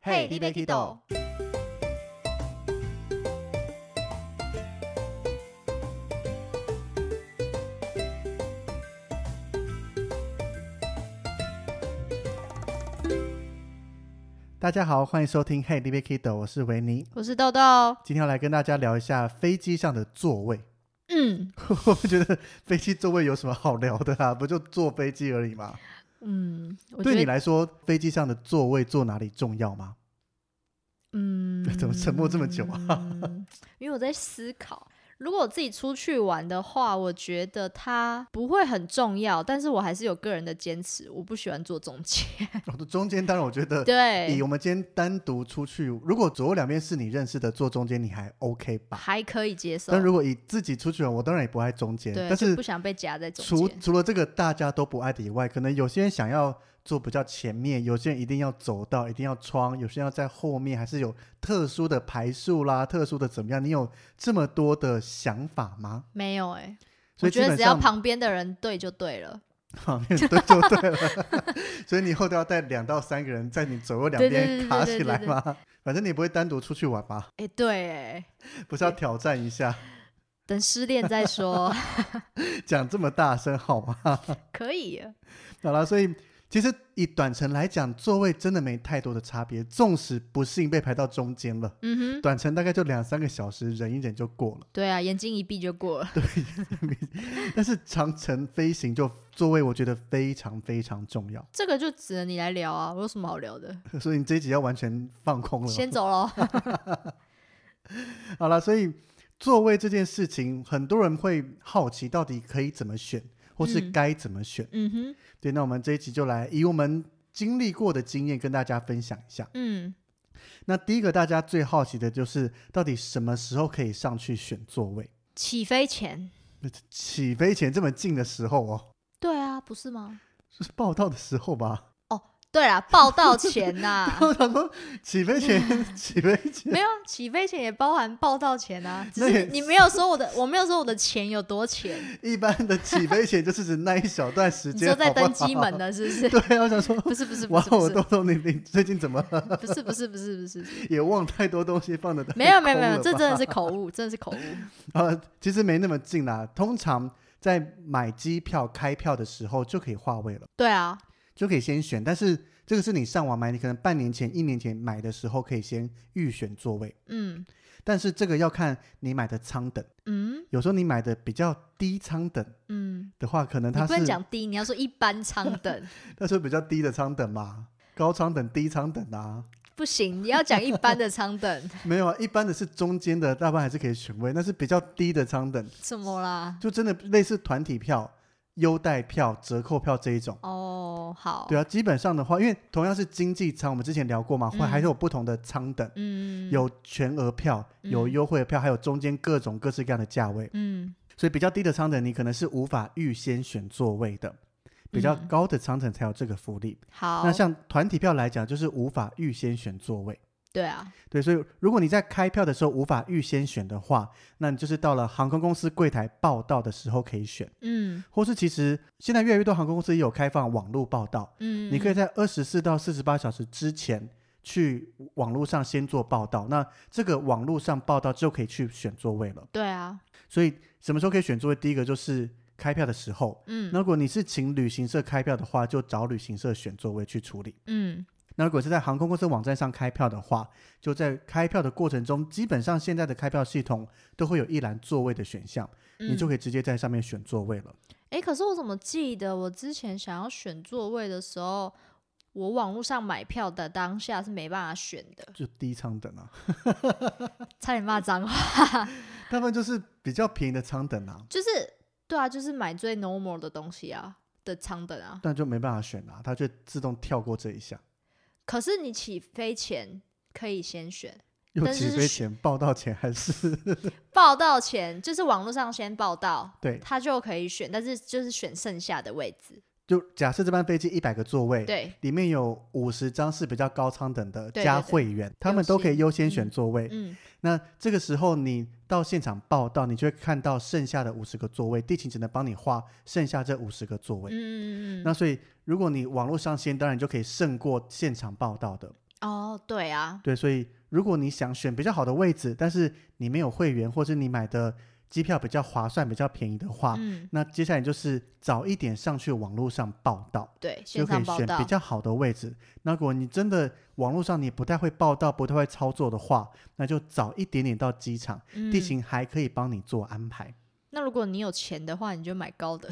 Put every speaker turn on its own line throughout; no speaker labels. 嘿你要去倒
大家好，欢迎收听 Hey, l i b y Kiddo，我是维尼。
我是豆豆。
今天要来跟大家聊一下飞机上的座位。
嗯
我觉得飞机座位有什么好聊的啊？不就坐飞机而已吗？
嗯，我
对你
觉得
来说，飞机上的座位坐哪里重要 吗？，
嗯
怎么沉默这么久啊
嗯 因为我在思考，如果我自己出去玩的话，我觉得它不会很重要，但是我还是有个人的坚持，我不喜欢坐中间。
我的哦中间，当然我觉得，以
对
我，们今天单独出去，如果左右两边是你认识的，坐中间你还 OK 吧？
还可以接受
但。如果以自己出去玩，我当然也不爱中间。
对，
但
就是不想被夹在中
除
间。
除了这个大家都不爱的以外，可能有些人想要坐比较前面，有些人一定要走道，一定要窗，有些人要在后面，还是有特殊的排数啦，特殊的怎么样？你有这么多的想法吗？
没有哎、
所
我
以基
觉得
本
只要
上
旁边的人对就对了。
旁边对就对了，所以你以后都要带两到三个人在你左右两
对对对
边
对
卡
对
起
对
来
对
吗？反正你不会单独出去玩吧？
哎、对哎，
不是要挑战一下？
等失恋 再说，
讲这么大声好吗？
可以。啊
好啦，所以其实以短程来讲，座位真的没太多的差别。纵使不幸被排到中间了，
嗯哼，
短程大概就两三个小时，忍一忍就过了。
对啊，眼睛一闭就过了。
但是长程飞行就座位，我觉得非常非常重要。
这个就只能你来聊啊，我有什么好聊的？
所以你这一集要完全放空了。
先 走喽。
好了，所以座位这件事情，很多人会好奇到底可以怎么选，或是
嗯
该怎么选。
嗯哼，
对，那我们这一集就来以我们经历过的经验跟大家分享一下。
嗯，
那第一个大家最好奇的就是，到底什么时候可以上去选座位？
起飞前。
起飞前这么近的时候哦，
对啊，不是吗？
就是报道的时候吧？
对啦，报到前呐、
我想说，起飞前，起飞前，
没有起飞前也包含报到前啊，只
那也
是你没有说我的，我没有说我的钱有多钱，
一般的起飞前就是指那一小段时
你
间，
说在
好不好
登机门。呢，是不是？
对啊，我 想说，
不是不是不
哇
是，
我
不
豆
是
豆，你你最近怎么 了
不是不是不是不是， 不是
也忘太多东西放的？
没有没有没有，
空了
这
吧
真的是口误，真的是口误。
呃，其实没那么近啦。通常在买机票开票的时候就可以划位了。
对啊，
就可以先选，但是这个是你上网买，你可能半年前、一年前买的时候可以先预选座位，
嗯
但是这个要看你买的舱等，
嗯
有时候你买的比较低舱等
嗯，
的话，可能
你
它
不
是
能讲低，你要说一般舱 等，
那时候比较低的舱等嘛，高舱等、低舱等啊，
不行，你要讲一般的舱等，
没有啊，一般的是中间的，大半还是可以选位，那是比较低的舱等，
怎么啦？
就真的类似团体票、优待票、折扣票这一种。
哦，好，
对啊，基本上的话，因为同样是经济舱，我们之前聊过嘛，会
嗯
还是有不同的舱等。
嗯，
有全额票，有
嗯
优惠票，还有中间各种各式各样的价位。
嗯
所以比较低的舱等，你可能是无法预先选座位的；比较
嗯
高的舱等才有这个福利。
好，
那像团体票来讲，就是无法预先选座位。
对啊，
对，所以如果你在开票的时候无法预先选的话，那你就是到了航空公司柜台报到的时候可以选，
嗯
或是其实现在越来越多航空公司也有开放网络报到，
嗯，
你可以在二十四到四十八小时之前去网络上先做报道，那这个网络上报道就可以去选座位了。
对啊，
所以什么时候可以选座位？第一个就是开票的时候。
嗯
那如果你是请旅行社开票的话，就找旅行社选座位去处理。
嗯
那如果是在航空公司网站上开票的话，就在开票的过程中，基本上现在的开票系统都会有一栏座位的选项，你就
嗯
可以直接在上面选座位了。
诶，可是我怎么记得我之前想要选座位的时候，我网络上买票的当下是没办法选的，
就低舱等啊，
差点骂脏话。
大部分就是比较便宜的舱等啊，
就是对啊，就是买最 normal 的东西啊的舱等啊。
但就没办法选啦、它就自动跳过这一项。
可是你起飞前可以先选，
用
但是
起
是
飞
选
前、报到前还 是
报到前就是网络上先报到，
对？
他就可以选，但是就是选剩下的位置。
就假设这班飞机一百个座位，
对，
里面有五十张是比较高舱等的
对
加
对对
会员，他们都可以优先
嗯
选座位。
嗯
那这个时候你到现场报到，你就会看到剩下的五十个座位，地勤只能帮你画剩下这五十个座
嗯
位。
嗯嗯嗯。
那所以如果你网络上先，当然就可以胜过现场报到的。
哦，对啊，
对，所以如果你想选比较好的位置，但是你没有会员，或是你买的机票比较划算、比较便宜的话，
嗯，
那接下来就是早一点上去网络上报道，
对，
就
线
可以
上报
选
道
比，较好的位置。那如果你真的网络上你不太会报道、不太会操作的话，那就早一点点到机场，
嗯
地勤还可以帮你做安排。
那如果你有钱的话，你就买 高的。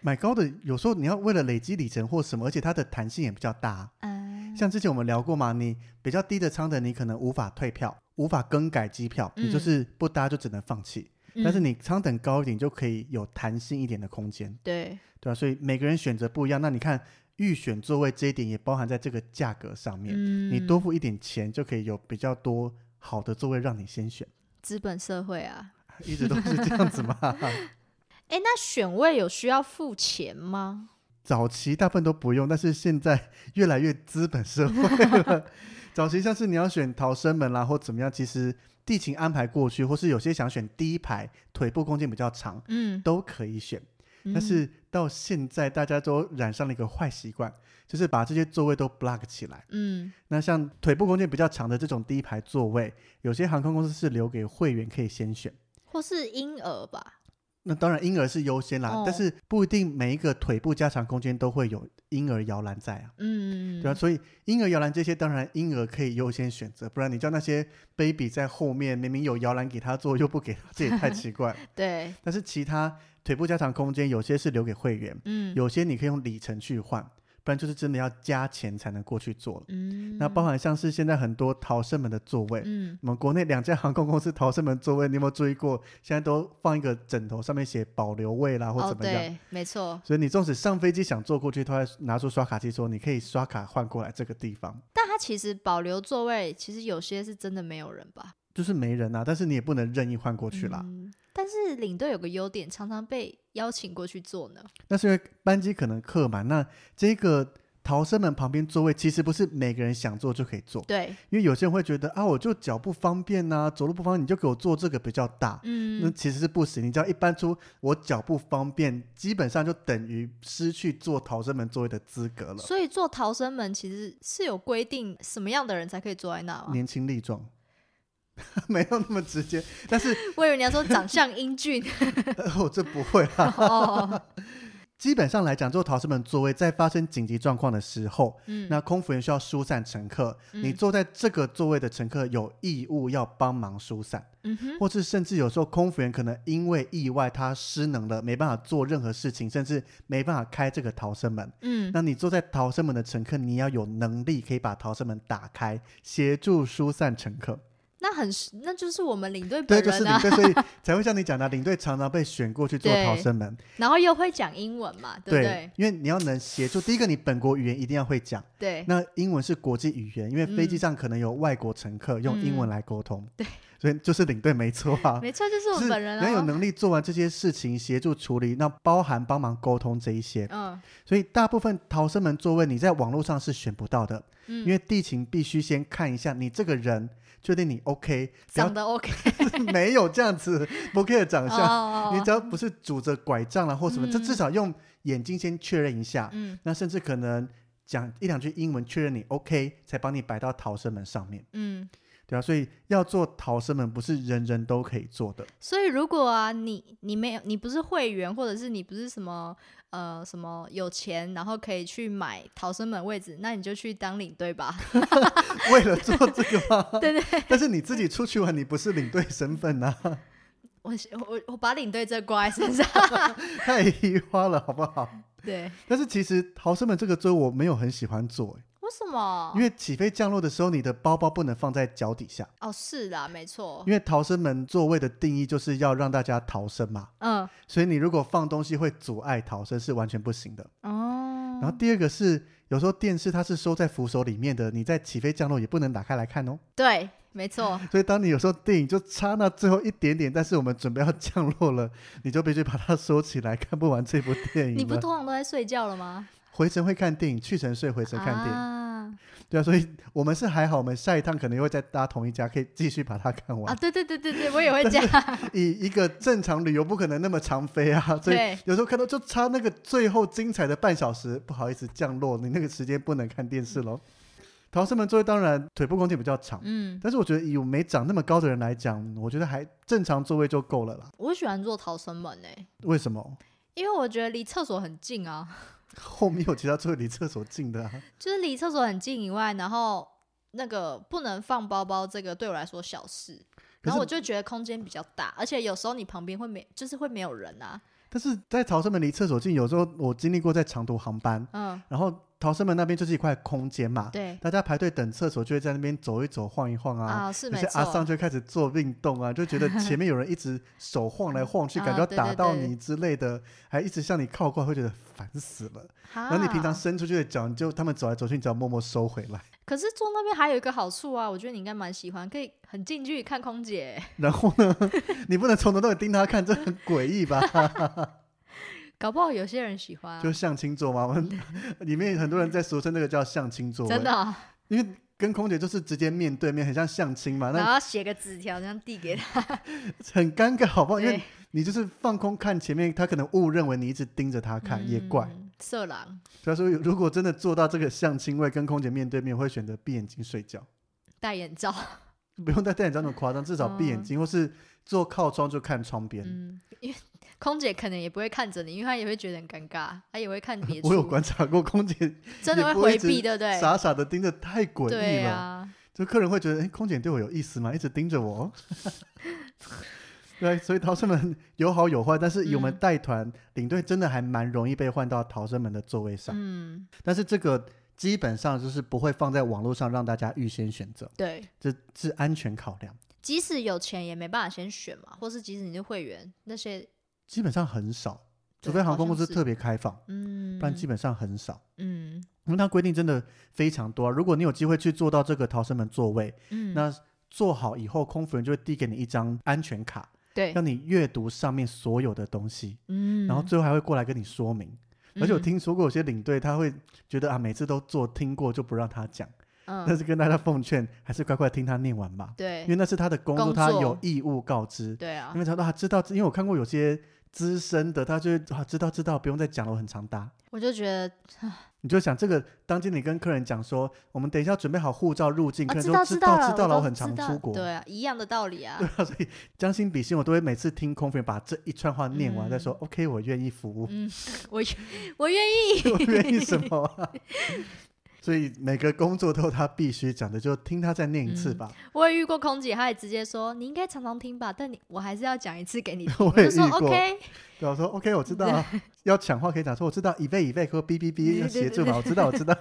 买高的有时候你要为了累积里程或什么，而且它的弹性也比较大。
嗯，
像之前我们聊过嘛，你比较低的舱等，你可能无法退票，无法更改机票，
嗯
你就是不搭就只能放弃。但是
嗯
你舱等高一点，就可以有弹性一点的空间，
对，
对啊，所以每个人选择不一样，那你看预选座位这一点也包含在这个价格上面，
嗯，
你多付一点钱就可以有比较多好的座位让你先选，
资本社会啊。
一直都是这样子嘛。
哎，那选位有需要付钱吗？
早期大部分都不用，但是现在越来越资本社会 了。早期像是你要选逃生门啊啦，或怎么样，其实地勤安排过去，或是有些想选第一排，腿部空间比较长，
嗯，
都可以选。
嗯
但是到现在，大家都染上了一个坏习惯，就是把这些座位都 block 起来。
嗯，
那像腿部空间比较长的这种第一排座位，有些航空公司是留给会员可以先选。
或是婴儿吧。
那当然，婴儿是优先啦，
哦
但是不一定每一个腿部加长空间都会有婴儿摇篮在啊。
嗯，
对啊，所以婴儿摇篮这些当然婴儿可以优先选择，不然你叫那些 baby 在后面，明明有摇篮给他坐又不给他，这也太奇怪。
对，
但是其他腿部加长空间有些是留给会员，
嗯，
有些你可以用里程去换，不然就是真的要加钱才能过去坐了。
嗯，
那包含像是现在很多逃生门的座位，
嗯，
我们国内两家航空公司逃生门座位，你有没有注意过？现在都放一个枕头，上面写保留位啦，或
哦，
怎么样。
对，没错。
所以你纵使上飞机想坐过去，他会拿出刷卡机说你可以刷卡换过来这个地方。
但它其实保留座位，其实有些是真的没有人吧？
就是没人啊，但是你也不能任意换过
不
去啦。
但是领队有个优点，常常被邀请过去做呢。
那是因为班机可能客满，那这个逃生门旁边座位其实不是每个人想坐就可以坐，
对，
因为有些人会觉得啊，我就脚不方便呐、走路不方便，你就给我坐这个比较大。那
嗯，
其实是不行，你只要一搬出我脚不方便，基本上就等于失去坐逃生门座位的资格了。
所以做逃生门其实是有规定什么样的人才可以坐在那吗？
年轻力壮， 没有那么直接，但是、
我以为你要说长相 英俊
呃、我这不会啦。
哦，
基本上来讲，做逃生门座位在发生紧急状况的时候，
嗯，
那空服员需要疏散乘客，
嗯
你坐在这个座位的乘客有义务要帮忙疏散，
嗯哼，
或是甚至有时候空服员可能因为意外他失能了，没办法做任何事情，甚至没办法开这个逃生门。
嗯，
那你坐在逃生门的乘客，你要有能力可以把逃生门打开，协助疏散乘客。
那很那就是我们领队
对，
嗯本
就是
人
领
啊，
队，所以 才会像你讲的，领队常常被选过去做
对
逃生门。
然后又会讲英文嘛，对不对？
因为你要能协助，第一个你本国语言一定要会讲。
对，
那英文是国际语言，因为飞机上可能有外国乘客用英文来沟通，
嗯对，
所以就是领队没错啊，
没错，就是我
是
们本人
能有
啊。
能力做完这些事情，协助处理，那包含帮忙沟通这一些，
嗯
所以大部分逃生门座位你在网络上是选不到的，
嗯
因为地勤必须先看一下你这个人，确定你 OK，不
长
要
得 OK，
没有这样子不 care 长相，
哦，
你只要不是拄着拐杖啊啦或什么，这
嗯
至少用眼睛先确认一下，
嗯
那甚至可能讲一两句英文确认你 OK，才帮你摆到逃生门上面，
嗯，
对啊，所以要做逃生门不是人人都可以做的，
所以如果啊，你你没有，你不是会员，或者是你不是什么呃什么有钱，然后可以去买逃生门位置，那你就去当领队吧。
为了做这个吗？
对
对。但是你自己出去玩，你不是领队 啊身份呐、
我我我把领队这挂在 身上。
太移花了，好不好？
对，
但是其实逃生门这个座位我没有很喜欢做、欸
为什么
因？为起飞降落的时候，你的包包不能放在脚底下，
哦，是的，没错。
因为逃生门座位的定义就是要让大家逃生嘛，
嗯，
所以你如果放东西会阻碍逃生是完全不行的。
哦，
然后第二个是，有时候电视它是收在扶手里面的，你在起飞降落也不能打开来看哦。
对，没错，
所以当你有时候电影就差那最后一点点，但是我们准备要降落了，你就必须把它收起来，看不完这部电
你
影
不
了。
通常都在睡觉了吗？
回程会看电影，去程睡回程看电影。
啊
对啊，所以我们是还好，我们下一趟可能又会再搭同一家，可以继续把它看
啊，
完。
对对对对对，我也会这样。
以一个正常旅游不可能那么常飞啊，所以
对，
有时候看到就差那个最后精彩的半小时，不好意思降落，你那个时间不能看电视喽。逃生门座位当然腿部空间比较长，
嗯，
但是我觉得以我没长那么高的人来讲，我觉得还正常座位就够了啦。
我喜欢做逃生门诶、
为什么？
因为我觉得离厕所很近啊，
后面有其他座位离厕所近的、啊，
就是离厕所很近以外，然后那个不能放包包，这个对我来说小事。
可
然后我
是
就觉得空间比较大，而且有时候你旁边会没，就是会没有人啊。
但是在逃生门离厕所近，有时候我经历过在长途航班，
嗯，
然后逃生门那边就是一块空间嘛，
对
大家排队等厕所就会在那边走一走、晃一晃啊。
啊，是
而
没
且阿
错
桑。就开始做运动 啊，就觉得前面有人一直手晃来晃去，
啊
感觉要
对
打
对
到
对
你之类的，还一直向你靠过来，会觉得烦死了。
然
然后你平常伸出去的脚，你就他们走来走去，你只要默默收回 来。
可是坐那边还有一个好处啊，我觉得你应该蛮喜欢，可以很近距离看空姐。
然后呢，你不能从头到尾盯他看，这很诡异 吧？
搞不好有些人喜欢啊、
就是相亲座嘛， 我们里面很多人在俗称这个叫相亲座，
真的、，哦。
因为跟空姐就是直接面对面，很像相亲嘛，
然
那
后写个纸条这样递给他，
很尴尬，好不好？哦因为
对
你就是放空看前面，他可能误认为你一直盯着他看，也怪。
嗯色狼。
所以说，如果真的做到这个相亲位，跟空姐面对面，我会选择闭眼睛睡觉，
戴眼罩，
不用戴戴眼罩那么夸张，至少闭眼睛，或是坐靠窗就看窗边。
嗯，因为 空姐可能也不会看着你，因为她也会觉得很尴尬，她也会看别处，
我有观察过空姐
真的
也
会
不会
回
一直
避，对不 对？
傻傻的盯着，太诡异
对
了。
啊，
就客人会觉得，哎，空姐对我有意思吗？一直盯着我。 对，所以逃生门有好有坏，但是以我们
嗯
带团、领队真的还蛮容易被换到逃生门的座位上。
嗯，
但是这个基本上就是不会放在网络上让大家预先选择，
对。
这是安全考量。
即使有钱也没办法先选嘛，或是即使你是会员，那些
基本上很少，除
对
非航空公司
好像是
特别开放，
嗯，
不然基本上很少。
嗯
因为它规定真的非常多啊、如果你有机会去做到这个逃生门座位，
嗯，
那做好以后，空服人就会递给你一张安全卡，
对，
让你阅读上面所有的东西，
嗯，
然后最后还会过来跟你说明。而且我
嗯，
听说过有些领队他会觉得啊，每次都做听过就不让他讲，但
嗯，
是跟大家奉劝，还是乖乖听他念完吧，因为
对，
那是他的工
工
他
作
有义务告知。
对啊
因，为他说啊，知道，因为我看过有些资深的，他就会啊，知道知道，不用再讲了，我很常搭。
我就觉得
你就想这个，当经理跟客人讲说，我们等一下准备好护照入境，
啊，
客人
知
说
道
知
道
道
了，
知道了，
我
我
都
很
知
常
道
出国。
对啊，一样的道理啊，
对 啊，所以将心比心，我都会每次听空服员把这一串话念完，再说 OK，我愿意服 务，
嗯，我愿我愿意，
我愿意什么啊、所以每个工作都有他必须讲的，就听他再念一次吧。。
我也遇过空姐，她也直接说你应该常常听吧，但你我还是要讲一次给你听
我也
就说
遇过，
OK，
对啊，我说 OK，我知道、 啊。要抢话可以讲说我知道，以备以备，或哔哔
对
哔要
对
协
对
助嘛，我知道我知道，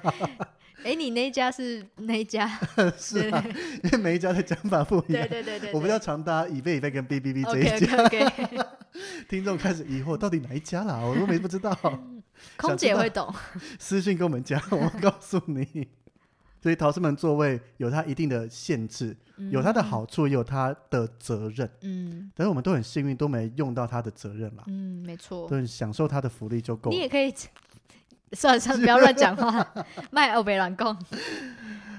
哎，你那一家是那一家？
是啊，因为每一家的讲法不一样
对。对对对，
我比较常搭以备以备跟哔哔哔这
OK
一家
OK OK，
听众开始疑惑到底哪一家啦，我都没不知 道。
空姐会懂，
私信跟我们讲，我们告诉你。所以逃生门座位有它一定的限制，有它的好处，也有它的责任。
嗯，
但是我们都很幸运，都没用到它的责任啦
嗯，嗯，没错
都，很享受它的福利就够
你
了。
也可以。算了算了，不要乱讲话， 卖欧北兰贡。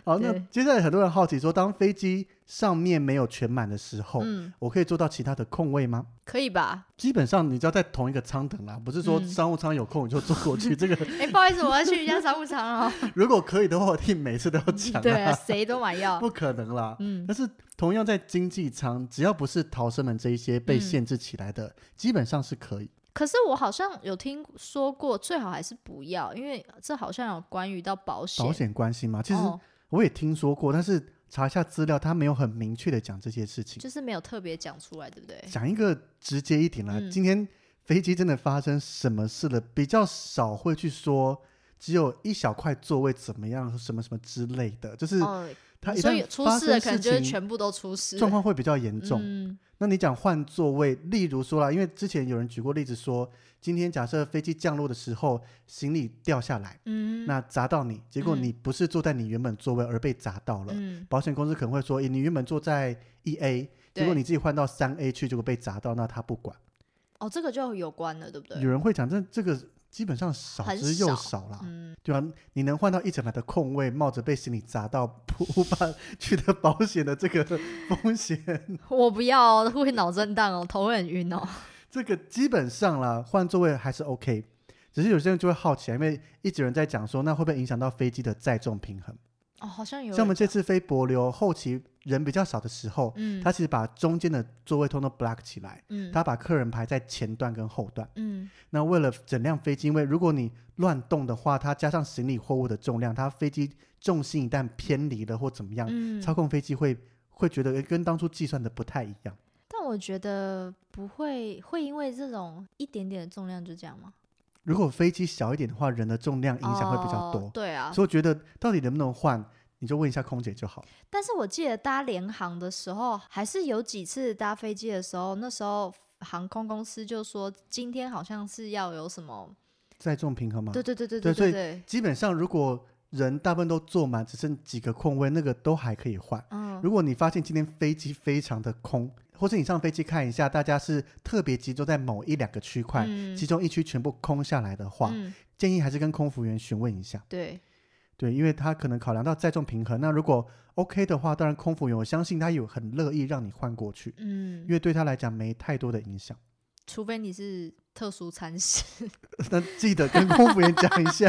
好，那
对
接下来很多人好奇说，当飞机上面没有全满的时候，
嗯，
我可以做到其他的空位吗？
可以吧？
基本上你只要在同一个舱等啦，不是说
嗯
商务舱有空你就坐过去。这个
哎，不好意思，我要去一家商务舱 了。
如果可以的话，我替每次都要讲、
对啊，谁都买药。
不可能啦。
嗯
但是同样在经济舱，只要不是逃生门这一些被
嗯
限制起来的，基本上是可以。
可是我好像有听说过，最好还是不要，因为这好像有关于到保险。
保险关系吗？其实
哦
我也听说过，但是查一下资料，他没有很明确的讲这些事情。
就是没有特别讲出来，对不对？
讲一个直接一点啦，
嗯
今天飞机真的发生什么事了，比较少会去说。只有一小块座位怎么样，什么什么之类的，就是
哦，
他一
所以
旦
出
发
事的
生
可
事
能就是
情，
全部都出事了，
状况会比较严重。
嗯
那你讲换座位，例如说啦，因为之前有人举过例子说，今天假设飞机降落的时候行李掉下来，
嗯
那砸到你，结果
嗯
你不是坐在你原本座位而被砸到了，
嗯，
保险公司可能会说，诶你原本坐在一 A，结果
对
你自己换到三 A 去，结果被砸到，那他不管。
哦，这个就有关了，对不对？
有人会讲，这这个基本上少
很
之又
少
少啦，
嗯，
对啊，你能换到一整排的空位，冒着被行李砸到不无法取得保险的这个风险。
我不要、哦、会脑震荡哦，头会很晕哦。
这个基本上啦，换座位还是 OK，只是有些人就会好奇啊，因为一直有人在讲说，那会不会影响到飞机的载重平衡？
哦，好像有
像我们这次飞博流后期人比较少的时候，
嗯
他其实把中间的座位通通 block 起来，
嗯
他把客人排在前段跟后段。
嗯
那为了整辆飞机，因为如果你乱动的话，它加上行李货物的重量，它飞机重心一旦偏离了或怎么样，
嗯，
操控飞机会会觉得诶跟当初计算的不太一样。
但我觉得不会会因为这种一点点的重量就这样吗？
如果飞机小一点的话，人的重量影响会比较
哦
多，
对啊，
所以我觉得到底能不能换，你就问一下空姐就好。
但是我记得搭联航的时候，还是有几次搭飞机的时候，那时候航空公司就说今天好像是要有什么，
载重平衡吗？
对对对对
对所
对
以
对，
基本上如果人大部分都坐满，只剩几个空位，那个都还可以换。
嗯
如果你发现今天飞机非常的空，或是你上飞机看一下，大家是特别集中在某一两个区块，
嗯
其中一区全部空下来的话，
嗯，
建议还是跟空服员询问一下。
对，
对，因为他可能考量到载重平衡。那如果 OK 的话，当然空服员我相信他有很乐意让你换过去，因
嗯，
为对他来讲没太多的影响。
除非你是特 殊餐食，
那记得跟空服员讲一下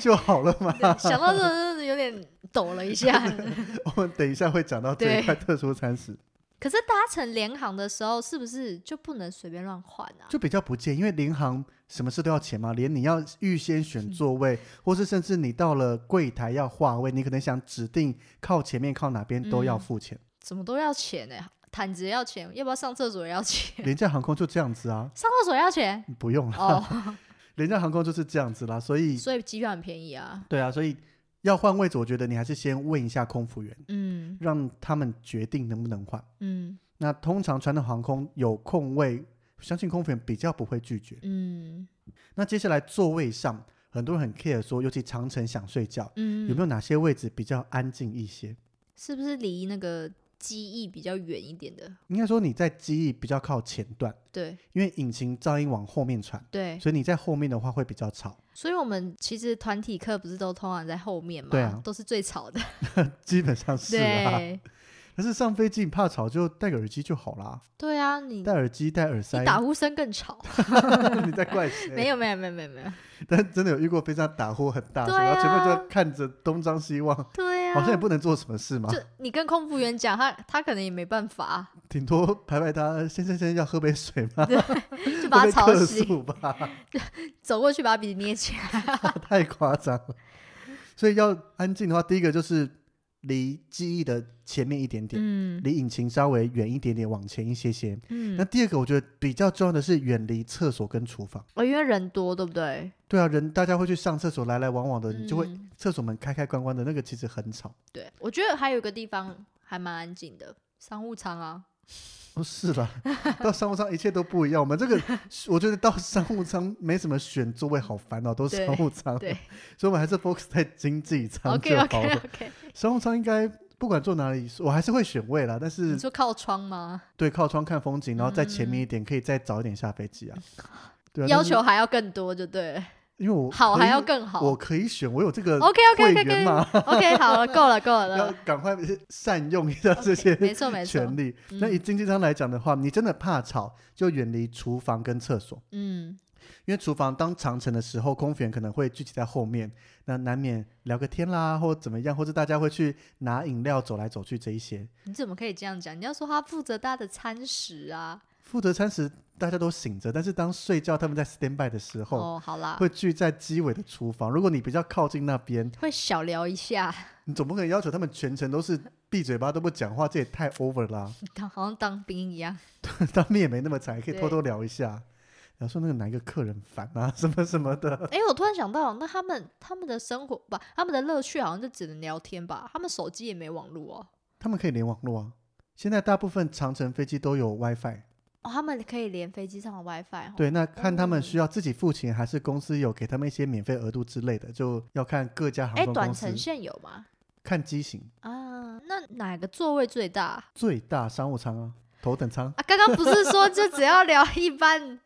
就好了嘛。
对想到这真的有点抖了一下。
我们等一下会讲到这一块特殊餐食，
可是搭乘联航的时候，是不是就不能随便乱换啊？
就比较不建议，因为联航什么事都要钱嘛，连你要预先选座位，或是甚至你到了柜台要划位，你可能想指定靠前面靠哪边都要
嗯
付钱。
怎么都要钱呢、毯子也要钱，要不要上厕所也要钱？
廉价航空就这样子啊，
上厕所也要钱
不用了，
哦，
廉价航空就是这样子啦，所以
所以机票很便宜啊。
对啊，所以要换位置，我觉得你还是先问一下空服员，
嗯
让他们决定能不能换。
嗯
那通常传统航空有空位，相信空服员比较不会拒绝。
嗯
那接下来座位上，很多人很 care 说，尤其长城想睡觉，
嗯，
有没有哪些位置比较安静一些？
是不是离那个机翼比较远一点的？
应该说你在机翼比较靠前段，
对
因为引擎噪音往后面传，
对，
所以你在后面的话会比较吵。
所以我们其实团体课不是都通常在后面嘛，
对啊
都是最吵的。
基本上是啊，
对
可是上飞机你怕吵就戴个耳机就好啦，
对啊，你
戴耳机戴耳塞
你，打呼声更吵。
你在怪谁？
没有没有没有没 有没有，
但真的有遇过非常打呼很大声，
对啊
然后前面就看着东张西望，
对
好像也
啊。
不能做什么事嘛。
就你跟空服员讲，他他可能也没办法，
顶多拍拍他，先生先生要喝杯水吗？
就 把
会
他
被
吵
客
醒，
诉吧，
走过去把他鼻子捏起来。
太夸张了。所以要安静的话，第一个就是离机翼的前面一点点，
嗯
离引擎稍微远一点点，往前一些些。那
嗯，
第二个，我觉得比较重要的是远离厕所跟厨房。
哦，因为人多，对不对？
对啊，人大家会去上厕所，来来往往的，呃你就会
嗯
厕所门开开关关的，那个其实很吵。
对，我觉得还有一个地方还蛮安静的，商务舱啊。
不是啦， 到商务舱一切都不一样。我们这 个，我觉得到商务舱没什么选座位，好烦哦，都是
对
商务舱。
对，
所以我们还是 focus 在经济舱就
OK
好了。
OK OK，
商务舱应该不管坐哪里，我还是会选位啦。但
你
是
说靠窗吗？
对靠窗看风景，然后再前面一点，可以再早一点下飞机啊。对啊，
要
但是
求还要更多，就对了，
因为我
好
可以
还要更好。哦
我可以选，我有这个
OK OK
会
OK
员
OK
嘛，
OK，好了，够了够
要
了，
赶快善用一下这些
没错没错，
权利。
嗯
那以经济舱来讲的话，你真的怕吵，就远离厨房跟厕所。
嗯
因为厨房当长城的时候，空服员可能会聚集在后面，那难免聊个天啦，或怎么样，或者大家会去拿饮料走来走去这一些。
你怎么可以这样讲？你要说他负责他的餐食啊？
负责餐食大家都醒着，但是当睡觉他们在 stand by 的时候，
哦，好啦，
会聚在机尾的厨房。如果你比较靠近那边，
会小聊一下，
你总不可能要求他们全程都是闭嘴巴都不讲话，这也太 over 啦。
当好像当兵 一样。
他们也没那么惨，可以
对
偷偷聊一下。然后说那个哪一个客人烦啊，什么什么的，
哎，我突然想到，那他们他们的生活不，他们的乐趣好像就只能聊天吧？他们手机也没网络哦。
他们可以连网络啊。现在大部分长城飞机都有 WiFi，
哦，他们可以连飞机上的 WiFi 哦。
对，那看他们
嗯
需要自己付钱，还是公司有给他们一些免费额度之类的，就要看各家航
哎，
空
短
公司
程线有吗？
看机型，
啊，那哪个座位最大啊？
最大商务舱啊，头等舱。
刚刚不是说就只要聊一般？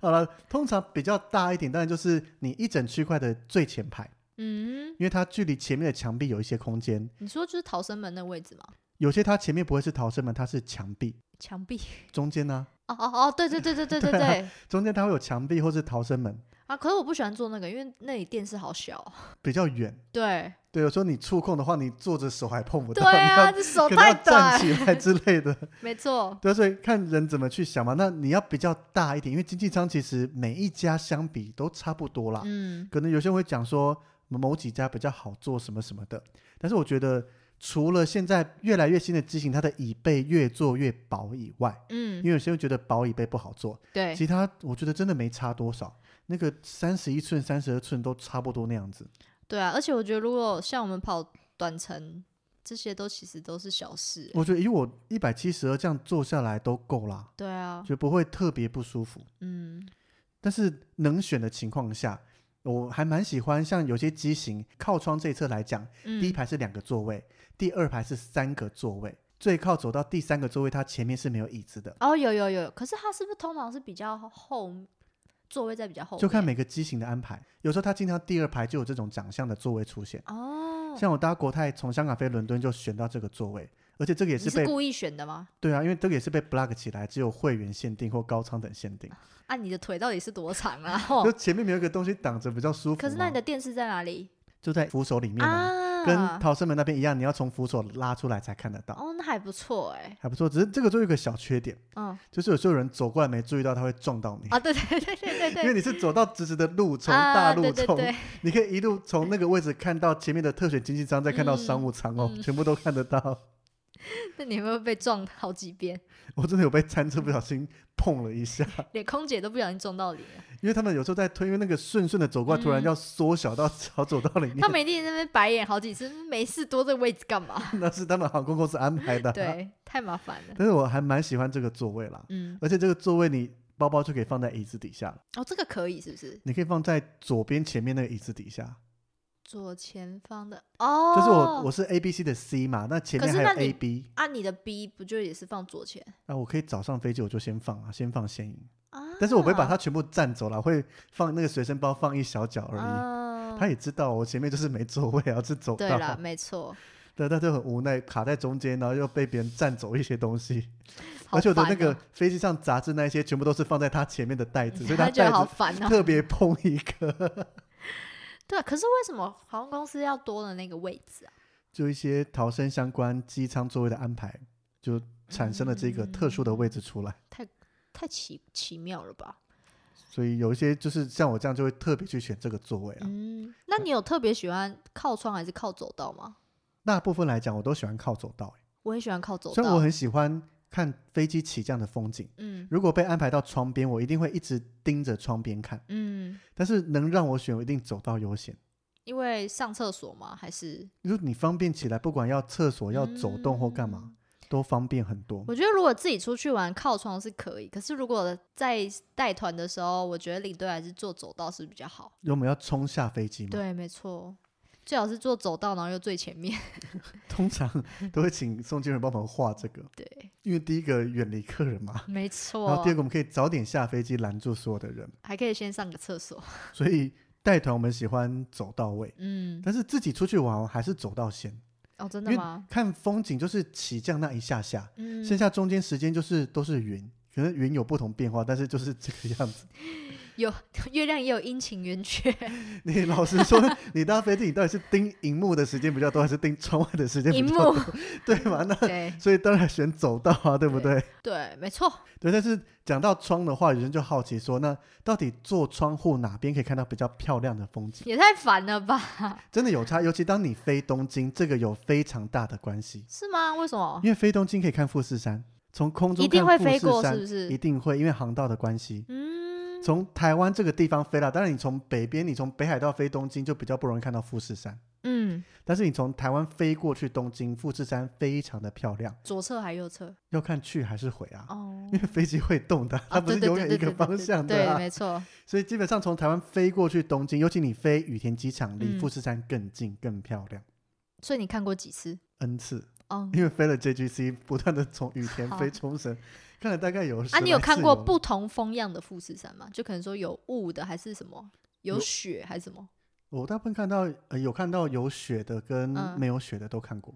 好了，通常比较大一点，当然就是你一整区块的最前排，
嗯，
因为它距离前面的墙壁有一些空间，
你说就是逃生门那位置吗？
有些它前面不会是逃生门，它是墙壁
墙壁？
中间呢、
哦哦哦，对对对对对对
对啊
对，
中间它会有墙壁或是逃生门，
啊，可是我不喜欢坐那个，因为那里电视好小哦。
比较远。
对
对，有时候你触控的话，你坐着手还碰不
对
到，
啊，
你
这手
要可能
太
要站
短，
起来之类的。
没错，
对，啊所以看人怎么去想嘛。那你要比较大一点，因为经济舱其实每一家相比都差不多啦。
嗯，
可能有些人会讲说某某几家比较好做什么什么的，但是我觉得除了现在越来越新的机型，它的椅背越做越薄以外，因
嗯，
为有些人觉得薄椅背不好做，
对，
其他我觉得真的没差多少。那个三十一寸、三十二寸都差不多那样子。
对啊。而且我觉得，如果像我们跑短程，这些都其实都是小事。
我觉得以我一百七十二这样坐下来都够啦，
对啊，
就不会特别不舒服。
嗯，
但是能选的情况下，我还蛮喜欢像有些机型靠窗这一侧来讲，第一
嗯，
排是两个座位，第二排是三个座位，最靠走到第三个座位，它前面是没有椅子的，
哦，有有有，可是它是不是通常是比较后座位在比较后面？
就看每个机型的安排。有时候它经常第二排就有这种长相的座位出现，
哦，
像我搭国泰从香港飞伦敦就选到这个座位，而且这个也
你
是
是
被
故意选的吗？
对啊，因为这个也是被 block 起来，只有会员限定或高舱等限定，
啊，你的腿到底是多长啊？吼
就前面没有一个东西挡着比较舒服嘛。
可是那你的电视在哪里
就在扶手里面啊
啊？
跟逃生门那边一样，你要从扶手拉出来才看得到，
哦，那还不错哎，
还不错。只是这个就有一个小缺点，
嗯，
就是有时候有人走过来没注意到，他会撞到你，
啊，对对对对 对对，
因为你是走到直直的路，从
啊
大路
对对
从，
对
你可以一路从那个位置看到前面的特选经济舱，再看到
嗯
商务舱哦，
嗯
全部都看得到。
那你会不会被撞好几遍？
我真的有被餐车不小心碰了一下，
连空姐都不小心撞到你了，
因为他们有时候在推，因为那个顺顺的走过来，突然
嗯
要缩小到小走道里面
他，们一定在那边白眼好几次，没事多这个位置干嘛？
那是他们航空公司安排的。，
对，太麻烦 了。
但是我还蛮喜欢这个座位啦，
嗯，
而且这个座位你包包就可以放在椅子底下了。
哦，这个可以是不是？
你可以放在左边前面那个椅子底下，
左前方的哦，
就是我我是 A B C 的 C 嘛，那前面
可
还
是
有
那你
A B，
啊，你的 B 不就也是放左前
那我可以早上飞机我就先放啊，先放先赢，
啊？
但是我不会把它全部占走了，我会放那个随身包放一小角而已。
啊
他也知道我前面就是没座位啊，是走
对
道，
啦，没错，
对，他就很无奈，卡在中间，然后又被别人占走一些东西，
好
而且我的
烦
那个
哦
飞机上杂志那一些全部都是放在他前面的袋子，所以
他觉
袋
得好
子
烦哦。
特别碰一个，
对，啊可是为什么航空公司要多的那个位置啊？
就一些逃生相关机舱座位的安排，就产生了这个特殊的位
嗯
置出来。
太奇奇妙了吧？
所以有一些就是像我这样就会特别去选这个座位啊。
嗯，那你有特别喜欢靠窗还是靠走道吗？
大部分来讲，我都喜欢靠走道、欸
我也喜欢靠走
虽然我
道。
很喜欢看飞机起降的风景。
嗯
如果被安排到窗边，我一定会一直盯着窗边看。
嗯，
但是能让我选，我一定走道优先。
因为上厕所吗？还是
就是你方便起来，不管要厕所、要走动或干嘛，
嗯
都方便很多。
我觉得如果自己出去玩靠窗是可以，可是如果在带团的时候，我觉得领队还是坐走道是比较好。
因为我们要冲下飞机嘛，
对，没错，最好是坐走道，然后又最前面。
通常都会请宋经理帮忙画这个，
对，
因为第一个远离客人嘛，
没
然后
错
第，二个我们可以早点下飞机，拦住所有的人。
还可以先上个厕所。
所以带团我们喜欢走到位，
嗯，
但是自己出去玩我还是走到先，
哦，真
因
的
为
吗？
看风景就是起降那一下下，
嗯，
剩下中间时间就是都是云，可能云有不同变化，但是就是这个样子。
有月亮也有阴晴圆缺。
你老实说，你搭飞机你到底是盯荧幕的时间比较多，还是盯窗外的时间比
荧
较
幕
多？ 对嘛？那
对
所以当然选走道啊，对不对？
对，没错。
对，但是讲到窗的话，有人就好奇说，那到底坐窗户哪边可以看到比较漂亮的风景？
也太烦了吧？
真的有差，尤其当你飞东京，这个有非常大的关系。
是吗？为什么？
因为飞东京可以看富士山，从空中
一定
看
会
富
飞
士
过，
山
是不是
一？定会，因为航道的关系。
嗯，
从台湾这个地方飞啦，当然你从北边，你从北海道飞东京就比较不容易看到富士山，
嗯，
但是你从台湾飞过去东京，富士山非常的漂亮，
左侧还右侧？
要看去还是回啊，
哦
因，为飞机会动的，它
啊
不是
对对
永远
对
一个
对
方
对对
向的
对，
啊，
没错。
所以基本上从台湾飞过去东京，尤其你飞羽田机场，离
嗯
富士山更近更漂亮
所以你看过几次？
，n 次。
哦，
因为飞了 JGC，不断的从羽田
好
飞冲绳，看了大概有
啊，
10
你有
来次
看过
有
不同风样的富士山吗？就可能说有雾的，还是什么？有
有
雪还是什么？
我大部分看到、呃、有看到有雪的跟
嗯
没有雪的都看过，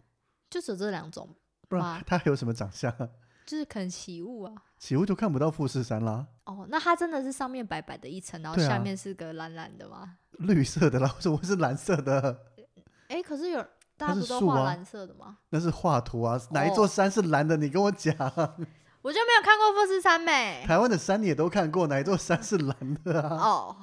就只有这两种，
不然
哇
它还有什么长相啊？
就是可能起雾啊。
起雾就看不到富士山啦，
哦，那它真的是上面白白的一层，然后
对啊
下面是个蓝蓝的吗？
绿色的啦，或者我是蓝色的，
哎、可是有大
它
家
是
不都
树
画
啊
蓝色的吗？
那是画图啊，哪一座山是蓝的？你跟我讲，啊
哦我就没有看过富士 山美。
台湾的山你也都看过，哪一座山是蓝的啊？
哦，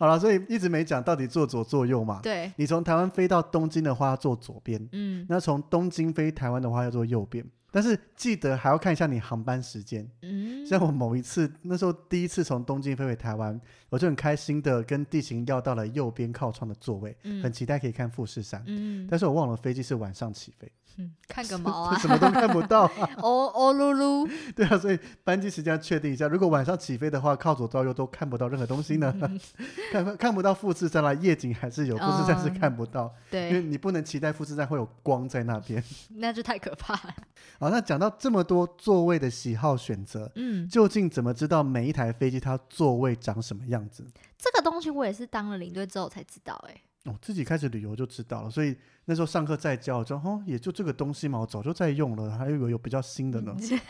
好了，所以一直没讲到底坐左坐右嘛。
对，
你从台湾飞到东京的话，坐左边；
嗯
那从东京飞台湾的话，要坐右边。但是记得还要看一下你航班时间。
嗯，
像我某一次，那时候第一次从东京飞回台湾，我就很开心的跟地勤要到了右边靠窗的座位，
嗯
很期待可以看富士山。
嗯
但是我忘了飞机是晚上起飞，
嗯，看个毛 啊，
什么都看不到、啊。
哦哦噜噜，
对啊，所以班机时间要确定一下。如果晚上起飞的话，靠左照右都看不到任何东西呢，
嗯
看看不到富士山啦，夜景还是有，富士山是
嗯
看不到，因为
对，
你不能期待富士山会有光在那边。
那就太可怕 了。
好，那讲到这么多座位的喜好选择，
嗯，
究竟怎么知道每一台飞机它座位长什么样子？
这个东西我也是当了领队之后才知道、欸，哎，
我、哦自己开始旅游就知道了，所以那时候上课在教，我就哦，也就这个东西嘛，我早就在用了，还以为有比较新的哦
嗯
呢。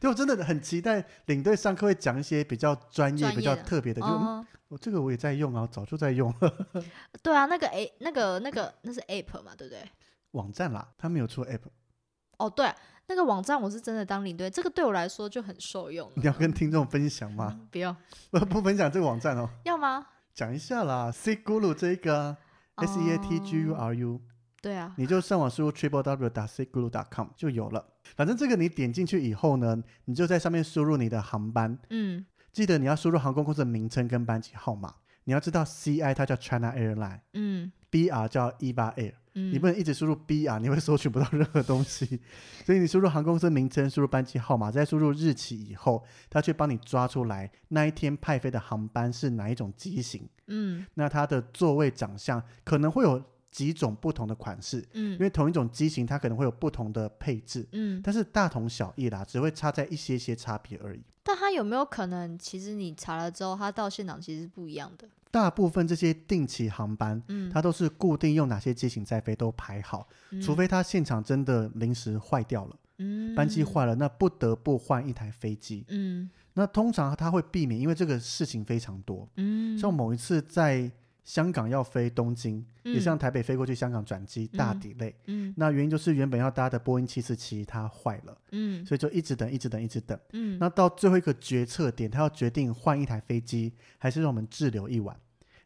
对，我真的很期待领队上课会讲一些比较专业、
专业
比较
的
特别的，就、嗯、
哦，
我这个我也在用啊，早就在用了
对啊，那个 A 那个那个那是 App 嘛，对不对？
网站啦，它没有出 app，
哦，对、那个网站我是真的当领队，这个对我来说就很受用
你
了。
要跟听众分享吗？
不用，
不不分享这个网站哦，
要吗？
讲一下啦，C Guru 这一个啊。S E A T G U
哦
R U，、
对啊，
你就上网输入 triple w 打 c guru 打 com 就有了。反正这个你点进去以后呢，你就在上面输入你的航班，
嗯，
记得你要输入航空公司的名称跟班机号码。你要知道 C I 它叫 China Airline，B
嗯
R 叫 EVA Air，、
嗯，
你不能一直输入 B R，你会搜寻不到任何东西。所以你输入航空公司名称、输入班机号码，再输入日期以后，它去帮你抓出来那一天派飞的航班是哪一种机型，
嗯
那它的座位长相可能会有几种不同的款式，因
嗯
为同一种机型它可能会有不同的配置，
嗯，
但是大同小异啦，只会差在一些些差别而已。
但它有没有可能，其实你查了之后，它到现场其实是不一样的？
大部分这些定期航班，
嗯，
它都是固定用哪些机型在飞都排好，
嗯
除非它现场真的临时坏掉了，班机，坏了，那不得不换一台飞机。
嗯
那通常它会避免，因为这个事情非常多。
嗯嗯，
像某一次在香港要飞东京，也
嗯
像台北飞过去香港转机大
嗯
delay，、
嗯
那原因就是原本要搭的波音七四七它坏了，
嗯
所以就一直等，一直等，一直等。
嗯，
那到最后一个决策点，他要决定换一台飞机，还是让我们滞留一晚。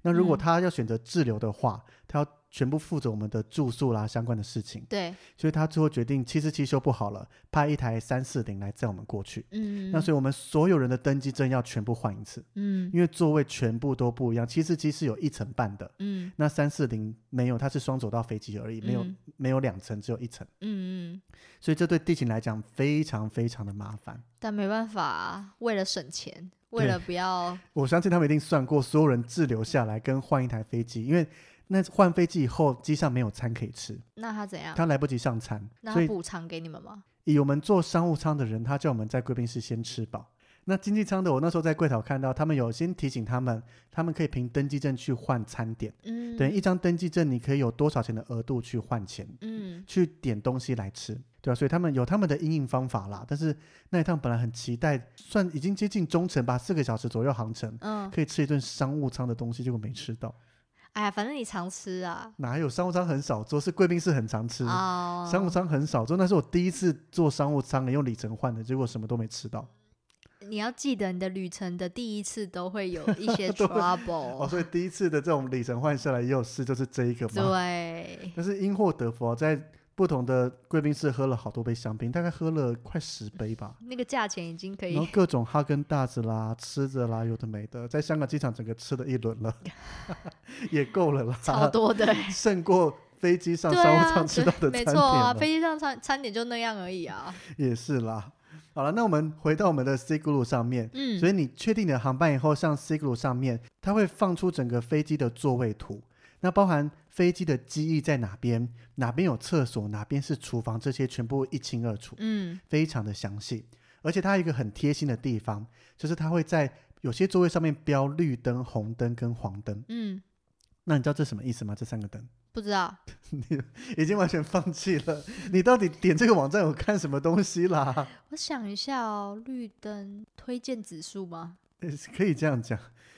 那如果
嗯
他要选择滞留的话，他要全部负责我们的住宿啦相关的事情，
对，
所以他最后决定七四七修不好了，派一台三四零来载我们过去。
嗯，
那所以我们所有人的登机证要全部换一次，
嗯
因为座位全部都不一样。七四七是有一层半的，
嗯
那三四零没有，它是双走道飞机而已，没有、
嗯
没有两层，只有一层，
嗯嗯，
所以这对地勤来讲非常非常的麻烦。
但没办法啊，为了省钱，为
对
了不要，
我相信他们一定算过所有人滞留下来跟换一台飞机，因为那换飞机以后机上没有餐可以吃，
那他怎样？
他来不及上餐，
啊那
所
他
以
补偿给你们吗？
以我们坐商务舱的人，他叫我们在贵宾室先吃饱。那经济舱的，我那时候在柜台看到他们有先提醒他们，他们可以凭登机证去换餐点，
嗯，
等于，一张登机证你可以有多少钱的额度去换钱，
嗯
去点东西来吃。对啊，所以他们有他们的应应方法啦。但是那一趟本来很期待，算已经接近中程吧，四个小时左右航程，
嗯，
可以吃一顿商务舱的东西，结果没吃到。
哎呀，反正你常吃啊，
哪有商务舱很少坐，是贵宾室很常吃。
哦，
商务舱很少坐，那是我第一次坐商务舱，用里程换的，结果什么都没吃到。
你要记得，你的旅程的第一次都会有 一些
都会哦，
trouble，
所以第一次的这种里程换下来也有事，就是这一个嘛。
对，
但是因祸得福、啊，在不同的贵宾室喝了好多杯香槟，大概喝了快十杯吧。
那个价钱已经可以
然 后各种哈根达斯啦、吃的啦，有的没的，在香港机场整个吃了一轮 了，也够了啦，。
超多的、欸
胜过飞机上
对
商务
啊，
舱吃到的餐
对
点 了。
没错啊，飞机上餐餐点就那样而已啊。
也是啦。好了，那我们回到我们的 C g r u 上面，
嗯，
所
以
以你确定你的航班以后，像 C g r u 上面，它会放出整个飞机的座位图，那包含飞机的机翼在哪边，哪边有厕所，哪边是厨房，这些全部一清二楚，
嗯
非常的详细。而且它有一个很贴心的地方，就是它会在有些座位上面标绿灯、红灯跟黄灯。
嗯，
那你知道这什么意思吗？这三个灯
不知道，
已经完全放弃了。你到底点这个网站有看什么东西啦？
我想一下哦，绿灯推荐指数吗？
呃可以这样讲，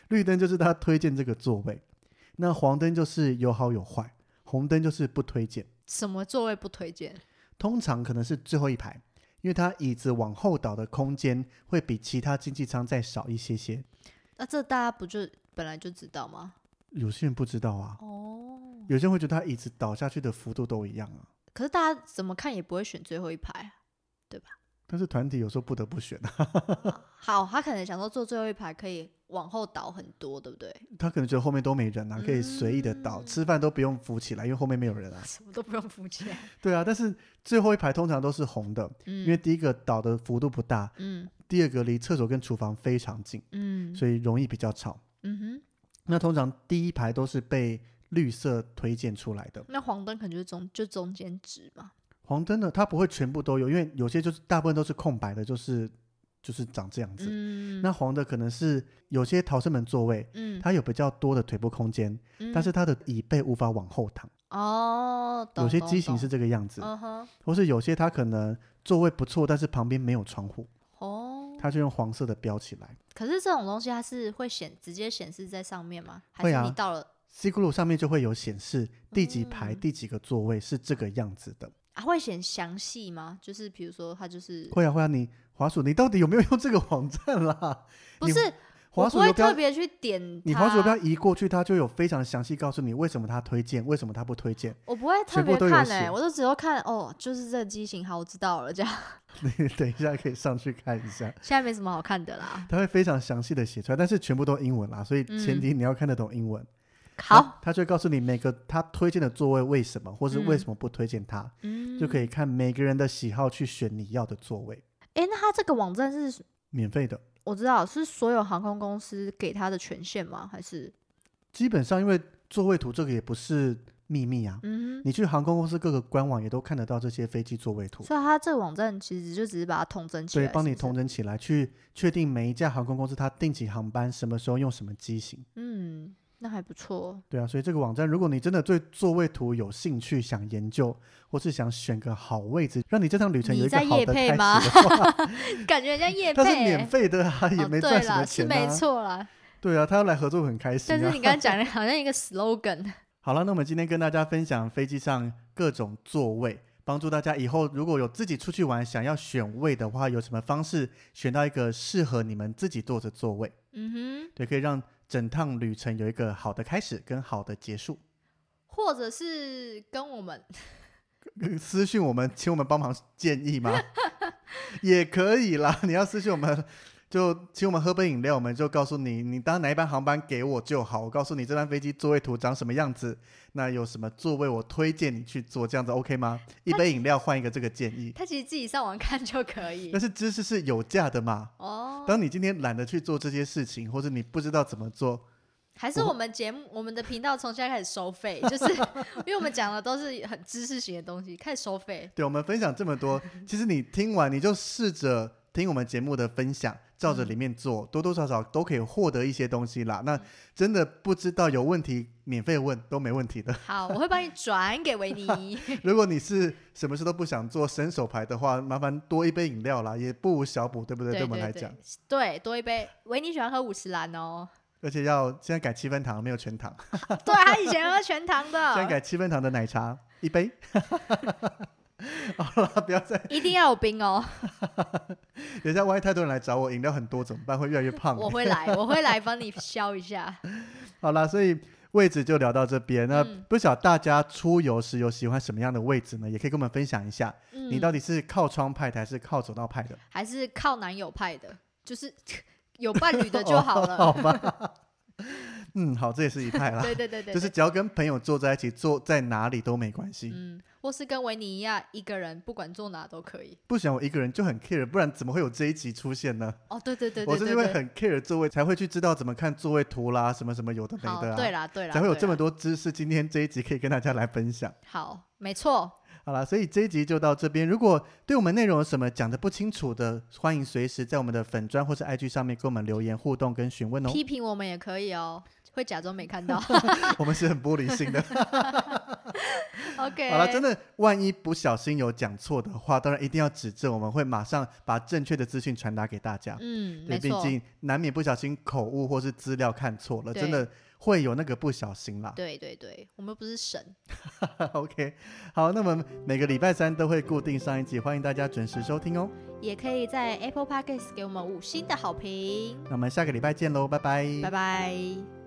绿灯就是他推荐这个座位，那黄灯就是有好有坏，红灯就是不推荐。
什么座位不推荐？
通常可能是最后一排，因为它椅子往后倒的空间会比其他经济舱再少一些些。
那、这大家不就本来就知道吗？
有些人不知道啊，
哦，
有些人会觉得他椅子倒下去的幅度都一样啊，
可是大家怎么看也不会选最后一排啊。
但是团体有时候不得不选啊，
好，他可能想说坐最后一排可以往后倒很多，对不对？
他可能觉得后面都没人啊，可以随意的倒，
嗯
吃饭都不用扶起来，因为后面没有人啊。
什么都不用扶起来。
对啊，但是最后一排通常都是红的，因为
嗯
第一个倒的幅度不大，
嗯
第二个离厕所跟厨房非常近，
嗯
所以容易比较吵。
嗯哼，
那通常第一排都是被绿色推荐出来的，
那黄灯可能就是中就中间值嘛。
黄灯的它不会全部都有，因为有些就是大部分都是空白的，就是就是长这样子。
嗯，
那黄的可能是有些逃生门座位，
嗯，
它有比较多的腿部空间，
嗯
但是它的椅背无法往后躺，
哦，懂
有些
懂
机型
懂
是这个样子，
嗯哼，
或是有些它可能座位不错，但是旁边没有窗户，
哦，
它就用黄色的标起来。
可是这种东西它是会显直接显示在上面吗？还
会
是
啊
你到了
C g r o u 上面就会有显示第几排、
嗯
第几个座位是这个样子的。
啊？会显详细吗？就是比如说它就是
会啊会啊，你滑鼠你到底有没有用这个网站啦？
不
你
是
滑
我
鼠
不会
游标
特，别去点
你滑鼠游标
它，
移过去，它就有非常详细告诉你为什么它推荐，为什么它不推荐。
我不会特
全部
别
都有
看
写
哎，我都只会看哦，就是这个机型，好，我知道了，这样
你等一下可以上去看一下，
现在没什么好看的 啦。
它会非常详细的写出来，但是全部都英文啦，所以前提你要看得懂英文。
嗯好，
它，它就会告诉你每个它推荐的座位为什么，或是为
嗯
什么不推荐它，
嗯，
就可以看每个人的喜好去选你要的座位，
哎，那它这个网站是
免费的。
我知道是所有航空公司给它的权限吗？还是
基本上因为座位图这个也不是秘密啊，
嗯哼？
你去航空公司各个官网也都看得到这些飞机座位图，
所以它这个网站其实就只是把它统整起
所
来，
以帮你
是不
统
是
整起来，去确定每一家航空公司它定期航班什么时候用什么机型。
嗯，那还不错。
对啊，所以这个网站，如果你真的对座位图有兴趣，想研究，或是想选个好位置，让你这趟旅程有一个
你在
好
业
的
配
开始的
吗
话，
感觉人家 夜配、
它是
欸，
免费的啊，也
哦
没
对
赚什么
啦是
钱
没
啊。
错啦。
对啊，他要来合作很开心
但是
啊。
你刚刚讲的好像一个 slogan，
好了，那我们今天跟大家分享飞机上各种座位，帮助大家以后如果有自己出去玩想要选位的话，有什么方式选到一个适合你们自己坐的座位，
嗯哼，
对，可以让整趟旅程有一个好的开始跟好的结束。
或者是跟我们
私讯我们，请我们帮忙建议吗？ 也可以啦， 你要私讯我们。就请我们喝杯饮料，我们就告诉你，你搭哪一班航班给我就好。我告诉你这班飞机座位图长什么样子，那有什么座位我推荐你去坐，这样子 OK 吗？一杯饮料换一个这个建议，
他其实自己上网看就可以
但是知识是有价的嘛。
哦。
当你今天懒得去做这些事情，或者你不知道怎么做，
还是我们节目我们的频道从现在开始收费，就是因为我们讲的都是很知识型的东西，开始收费。
对我们分享这么多，其实你听完你就试着听我们节目的分享，照
嗯
着里面做，多多少少都可以获得一些东西啦。那真的不知道有问题，免费问都没问题 的。
好，我会帮你转给维尼。
如果你是什么事都不想做，伸手牌的话，麻烦多一杯饮料啦，也不无小补， 对不对？
对
我们来
对
讲，
对，多一杯。维尼喜欢喝五十兰哦，
而且要现在改七分糖，没有全糖，
对啊他以前喝全糖
现在
的，
改七分糖的奶茶一杯。 好啦，不要再，
一定要有冰哦。
等一下万一太多人来找我，饮料很多怎么办？会越来越胖、
我会来，我会来帮你消一下。
好啦，所以位置就聊到这边。那
嗯
不晓得大家出游时有喜欢什么样的位置呢？也可以跟我们分享一下，
嗯，
你到底是靠窗派的还是靠走道派的？
还是靠男友派的，就是 有伴侣的就好 了。
好吧。嗯，好，这也是一派啦。
对对对对，
就是
对
只要跟朋友坐在一起，坐在哪里都没关系。
嗯，或是跟维尼一样，一个人不管坐哪都可以。
不想我一个人就很 care，不然怎么会有这一集出现呢？
哦，对对对
我
对
是
对
因为
对，
很 care 座位，才会去知道怎么看座位图啦，什么什么有的没
好，
的啊，
对啦对啦，
才会有
对
这么
啦
多知识。今天这一集可以跟大家来分享。
好，没错，
好啦，所以这一集就到这边。如果对我们内容有什么讲的不清楚的，欢迎随时在我们的粉砖或是 IG 上面跟我们留言互动跟询问哦。
批评我们也可以哦。会假装没 看到。
我们是很玻璃心的。
OK，
好了，真
的
的，万一不小心有讲错的话，当然一定要指正，我们会马上把正确的资讯传达给大家。
嗯，
对，
没
毕
错，
竟难免不小心口误或是资料看错了，真
对
的会有那个不小心啦。
对对对，我们不是神，
OK，好，那么每个礼拜三都会固定上一集，欢迎大家准时收听哦。
也可以在 Apple Podcast 给我们五星的好评。
那我们下个礼拜见喽，拜拜
拜拜。